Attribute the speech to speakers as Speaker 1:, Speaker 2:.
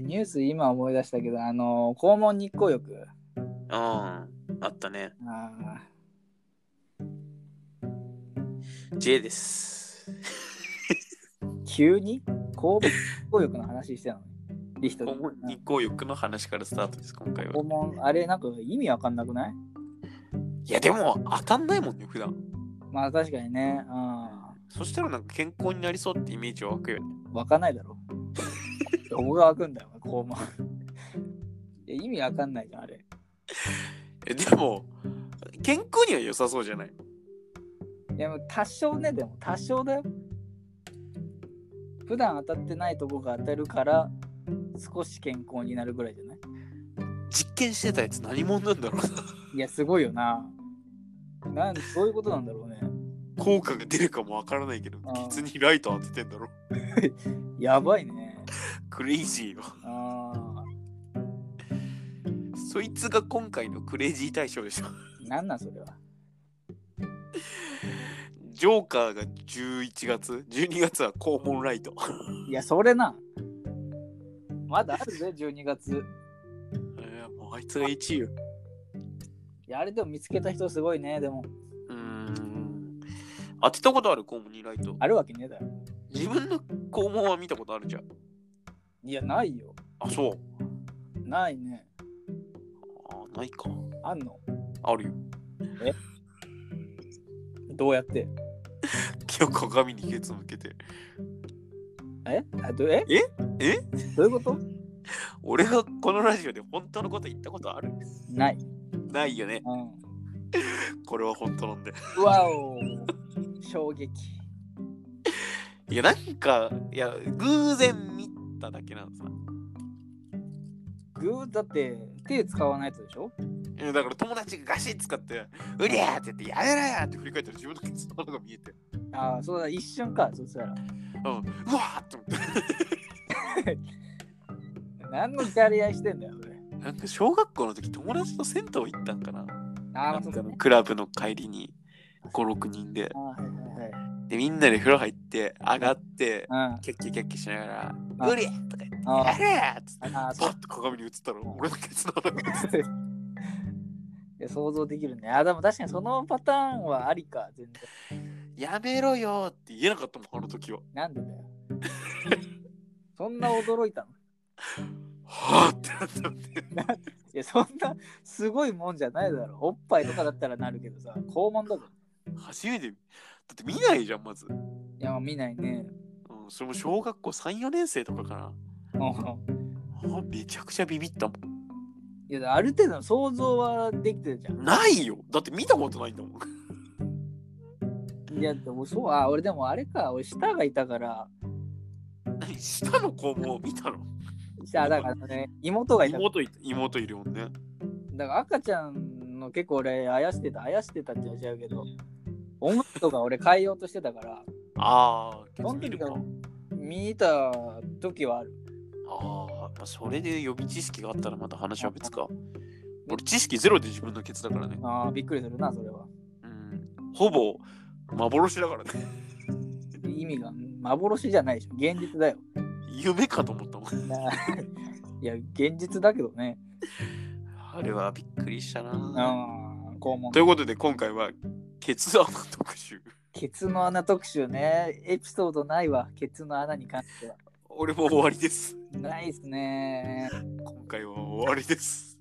Speaker 1: ニュース今思い出したけど、あの、肛門日光浴。
Speaker 2: ああったね。
Speaker 1: あ
Speaker 2: J です。
Speaker 1: ー急 に肛門日光浴の話してたのに。リヒト
Speaker 2: 肛門日光浴の話からスタートです、今回は
Speaker 1: 肛。門、あれ、なんか意味わかんなくない
Speaker 2: いや、でも当たんないもんね、普段。
Speaker 1: まあ確かにね。う
Speaker 2: そしたらなんか健康になりそうってイメージは湧くよね。
Speaker 1: ん。わかんないだろ。どこがわくんだよ、肛門。 いや意味わかんないじゃん、あれ。
Speaker 2: え、でも、健康には良さそうじゃない。
Speaker 1: いや、もう多少ね、でも多少だよ。普段当たってないとこが当たるから、少し健康になるぐらいじゃない
Speaker 2: 実験してたやつ何者なんだろうな。
Speaker 1: いや、すごいよな。なんそういうことなんだろうね。
Speaker 2: 効果が出るかもわからないけど
Speaker 1: あ、ー
Speaker 2: ケツにライト当ててんだろ。
Speaker 1: やばいね。
Speaker 2: クレイジーよ。
Speaker 1: あー
Speaker 2: そいつが今回のクレイジー大賞でしょ。
Speaker 1: なんなんそれは。
Speaker 2: ジョーカーが11月、12月は肛門ライト。
Speaker 1: いや、それな。まだあるぜ、12月。
Speaker 2: えー、もうあいつが1位よ。
Speaker 1: いや、あれでも見つけた人すごいね。でも、
Speaker 2: うーん。当てたことある肛門にライト。
Speaker 1: あるわけねえだろ。
Speaker 2: 自分の肛門は見たことあるじゃん。
Speaker 1: いや、ないよ。
Speaker 2: あ、そう。
Speaker 1: ないね。
Speaker 2: あーないか。
Speaker 1: あんの
Speaker 2: あるよ。
Speaker 1: どうやって
Speaker 2: 今日鏡にケツ向けて。
Speaker 1: えあどえ
Speaker 2: ええ
Speaker 1: どういうこと
Speaker 2: 俺がこのラジオで本当のこと言ったことある
Speaker 1: ない。
Speaker 2: ないよね。
Speaker 1: うん。
Speaker 2: これは本当なんで。
Speaker 1: わお衝撃。
Speaker 2: いや、なんか、いや、偶然見ただけなのさ。
Speaker 1: グーだって手使わないやつでしょ
Speaker 2: いやだから友達がガシッ使って、うりゃーって言って、やめろやーって振り返ったら自分のケツの穴が見えて、
Speaker 1: ああ、そうだ、一瞬か、そしたら。
Speaker 2: うん、うわーって思って。
Speaker 1: 何のキャリアしてんだよ、俺。
Speaker 2: なんか小学校の時友達と銭湯行ったんかな。
Speaker 1: あ
Speaker 2: な
Speaker 1: あ、
Speaker 2: ん
Speaker 1: そう
Speaker 2: か
Speaker 1: だ
Speaker 2: の
Speaker 1: ね。
Speaker 2: クラブの帰りに5、6人で
Speaker 1: あ。あー、はいはい
Speaker 2: で、みんなで風呂入って、上がって、
Speaker 1: はい。
Speaker 2: キャッキャキャッキャしながら、
Speaker 1: あ
Speaker 2: うりゃーとか言って、
Speaker 1: うん。あ
Speaker 2: や
Speaker 1: あ
Speaker 2: れーっつって、
Speaker 1: ああ、そ
Speaker 2: パ
Speaker 1: う。
Speaker 2: ッと鏡に映ったら、俺のケツの 穴が
Speaker 1: いや想像できるね。あ、でも確かにそのパターンはありか、全然。
Speaker 2: やめろよーって言えなかったもん、あの時は。
Speaker 1: なんでだよ。 そんな驚いたの
Speaker 2: はぁってなったんで。
Speaker 1: いや、そんなすごいもんじゃないだろ。おっぱいとかだったらなるけどさ、肛門だぞ。
Speaker 2: 初めて、だって見ないじゃん、まず。う
Speaker 1: いや、まあ見ないね。
Speaker 2: ん、それも小学校3、4年生とかかな。
Speaker 1: うん
Speaker 2: あめちゃくちゃビビったも
Speaker 1: いや、ある程度の想像はできてるじゃ
Speaker 2: ん。ないよだって見たことないんだ も
Speaker 1: ん。
Speaker 2: ん。
Speaker 1: いや、でもそう、あ、俺でもあれか、俺舌がいたから、
Speaker 2: 何下の子も見たの
Speaker 1: 舌、だからね、妹がいたから、
Speaker 2: 妹い妹いるもんね。
Speaker 1: だから赤ちゃんの結構俺、あやしてた、あやしてたって言っちゃうけど、音楽とか俺変えようとしてたから、
Speaker 2: ああ、
Speaker 1: その
Speaker 2: 見
Speaker 1: 時
Speaker 2: る
Speaker 1: か。
Speaker 2: から
Speaker 1: 見た時はある。
Speaker 2: ああ、やっぱそれで予備知識があったらまた話は別か。俺知識ゼロで自分のケツだからね。
Speaker 1: ああ、びっくりするな、それは。
Speaker 2: うん。ほぼ幻だからね。
Speaker 1: 意味が幻じゃないでしょ、現実だよ。
Speaker 2: 夢かと思ったもん。
Speaker 1: ないや、現実だけどね。
Speaker 2: あれはびっくりしたな。
Speaker 1: うん、肛門
Speaker 2: と。いうことで今回はケツ穴特集。
Speaker 1: ケツの穴特集ね。エピソードないわ、ケツの穴に関しては。
Speaker 2: 俺も終わりです。
Speaker 1: ないっすね。
Speaker 2: 今回は終わりです。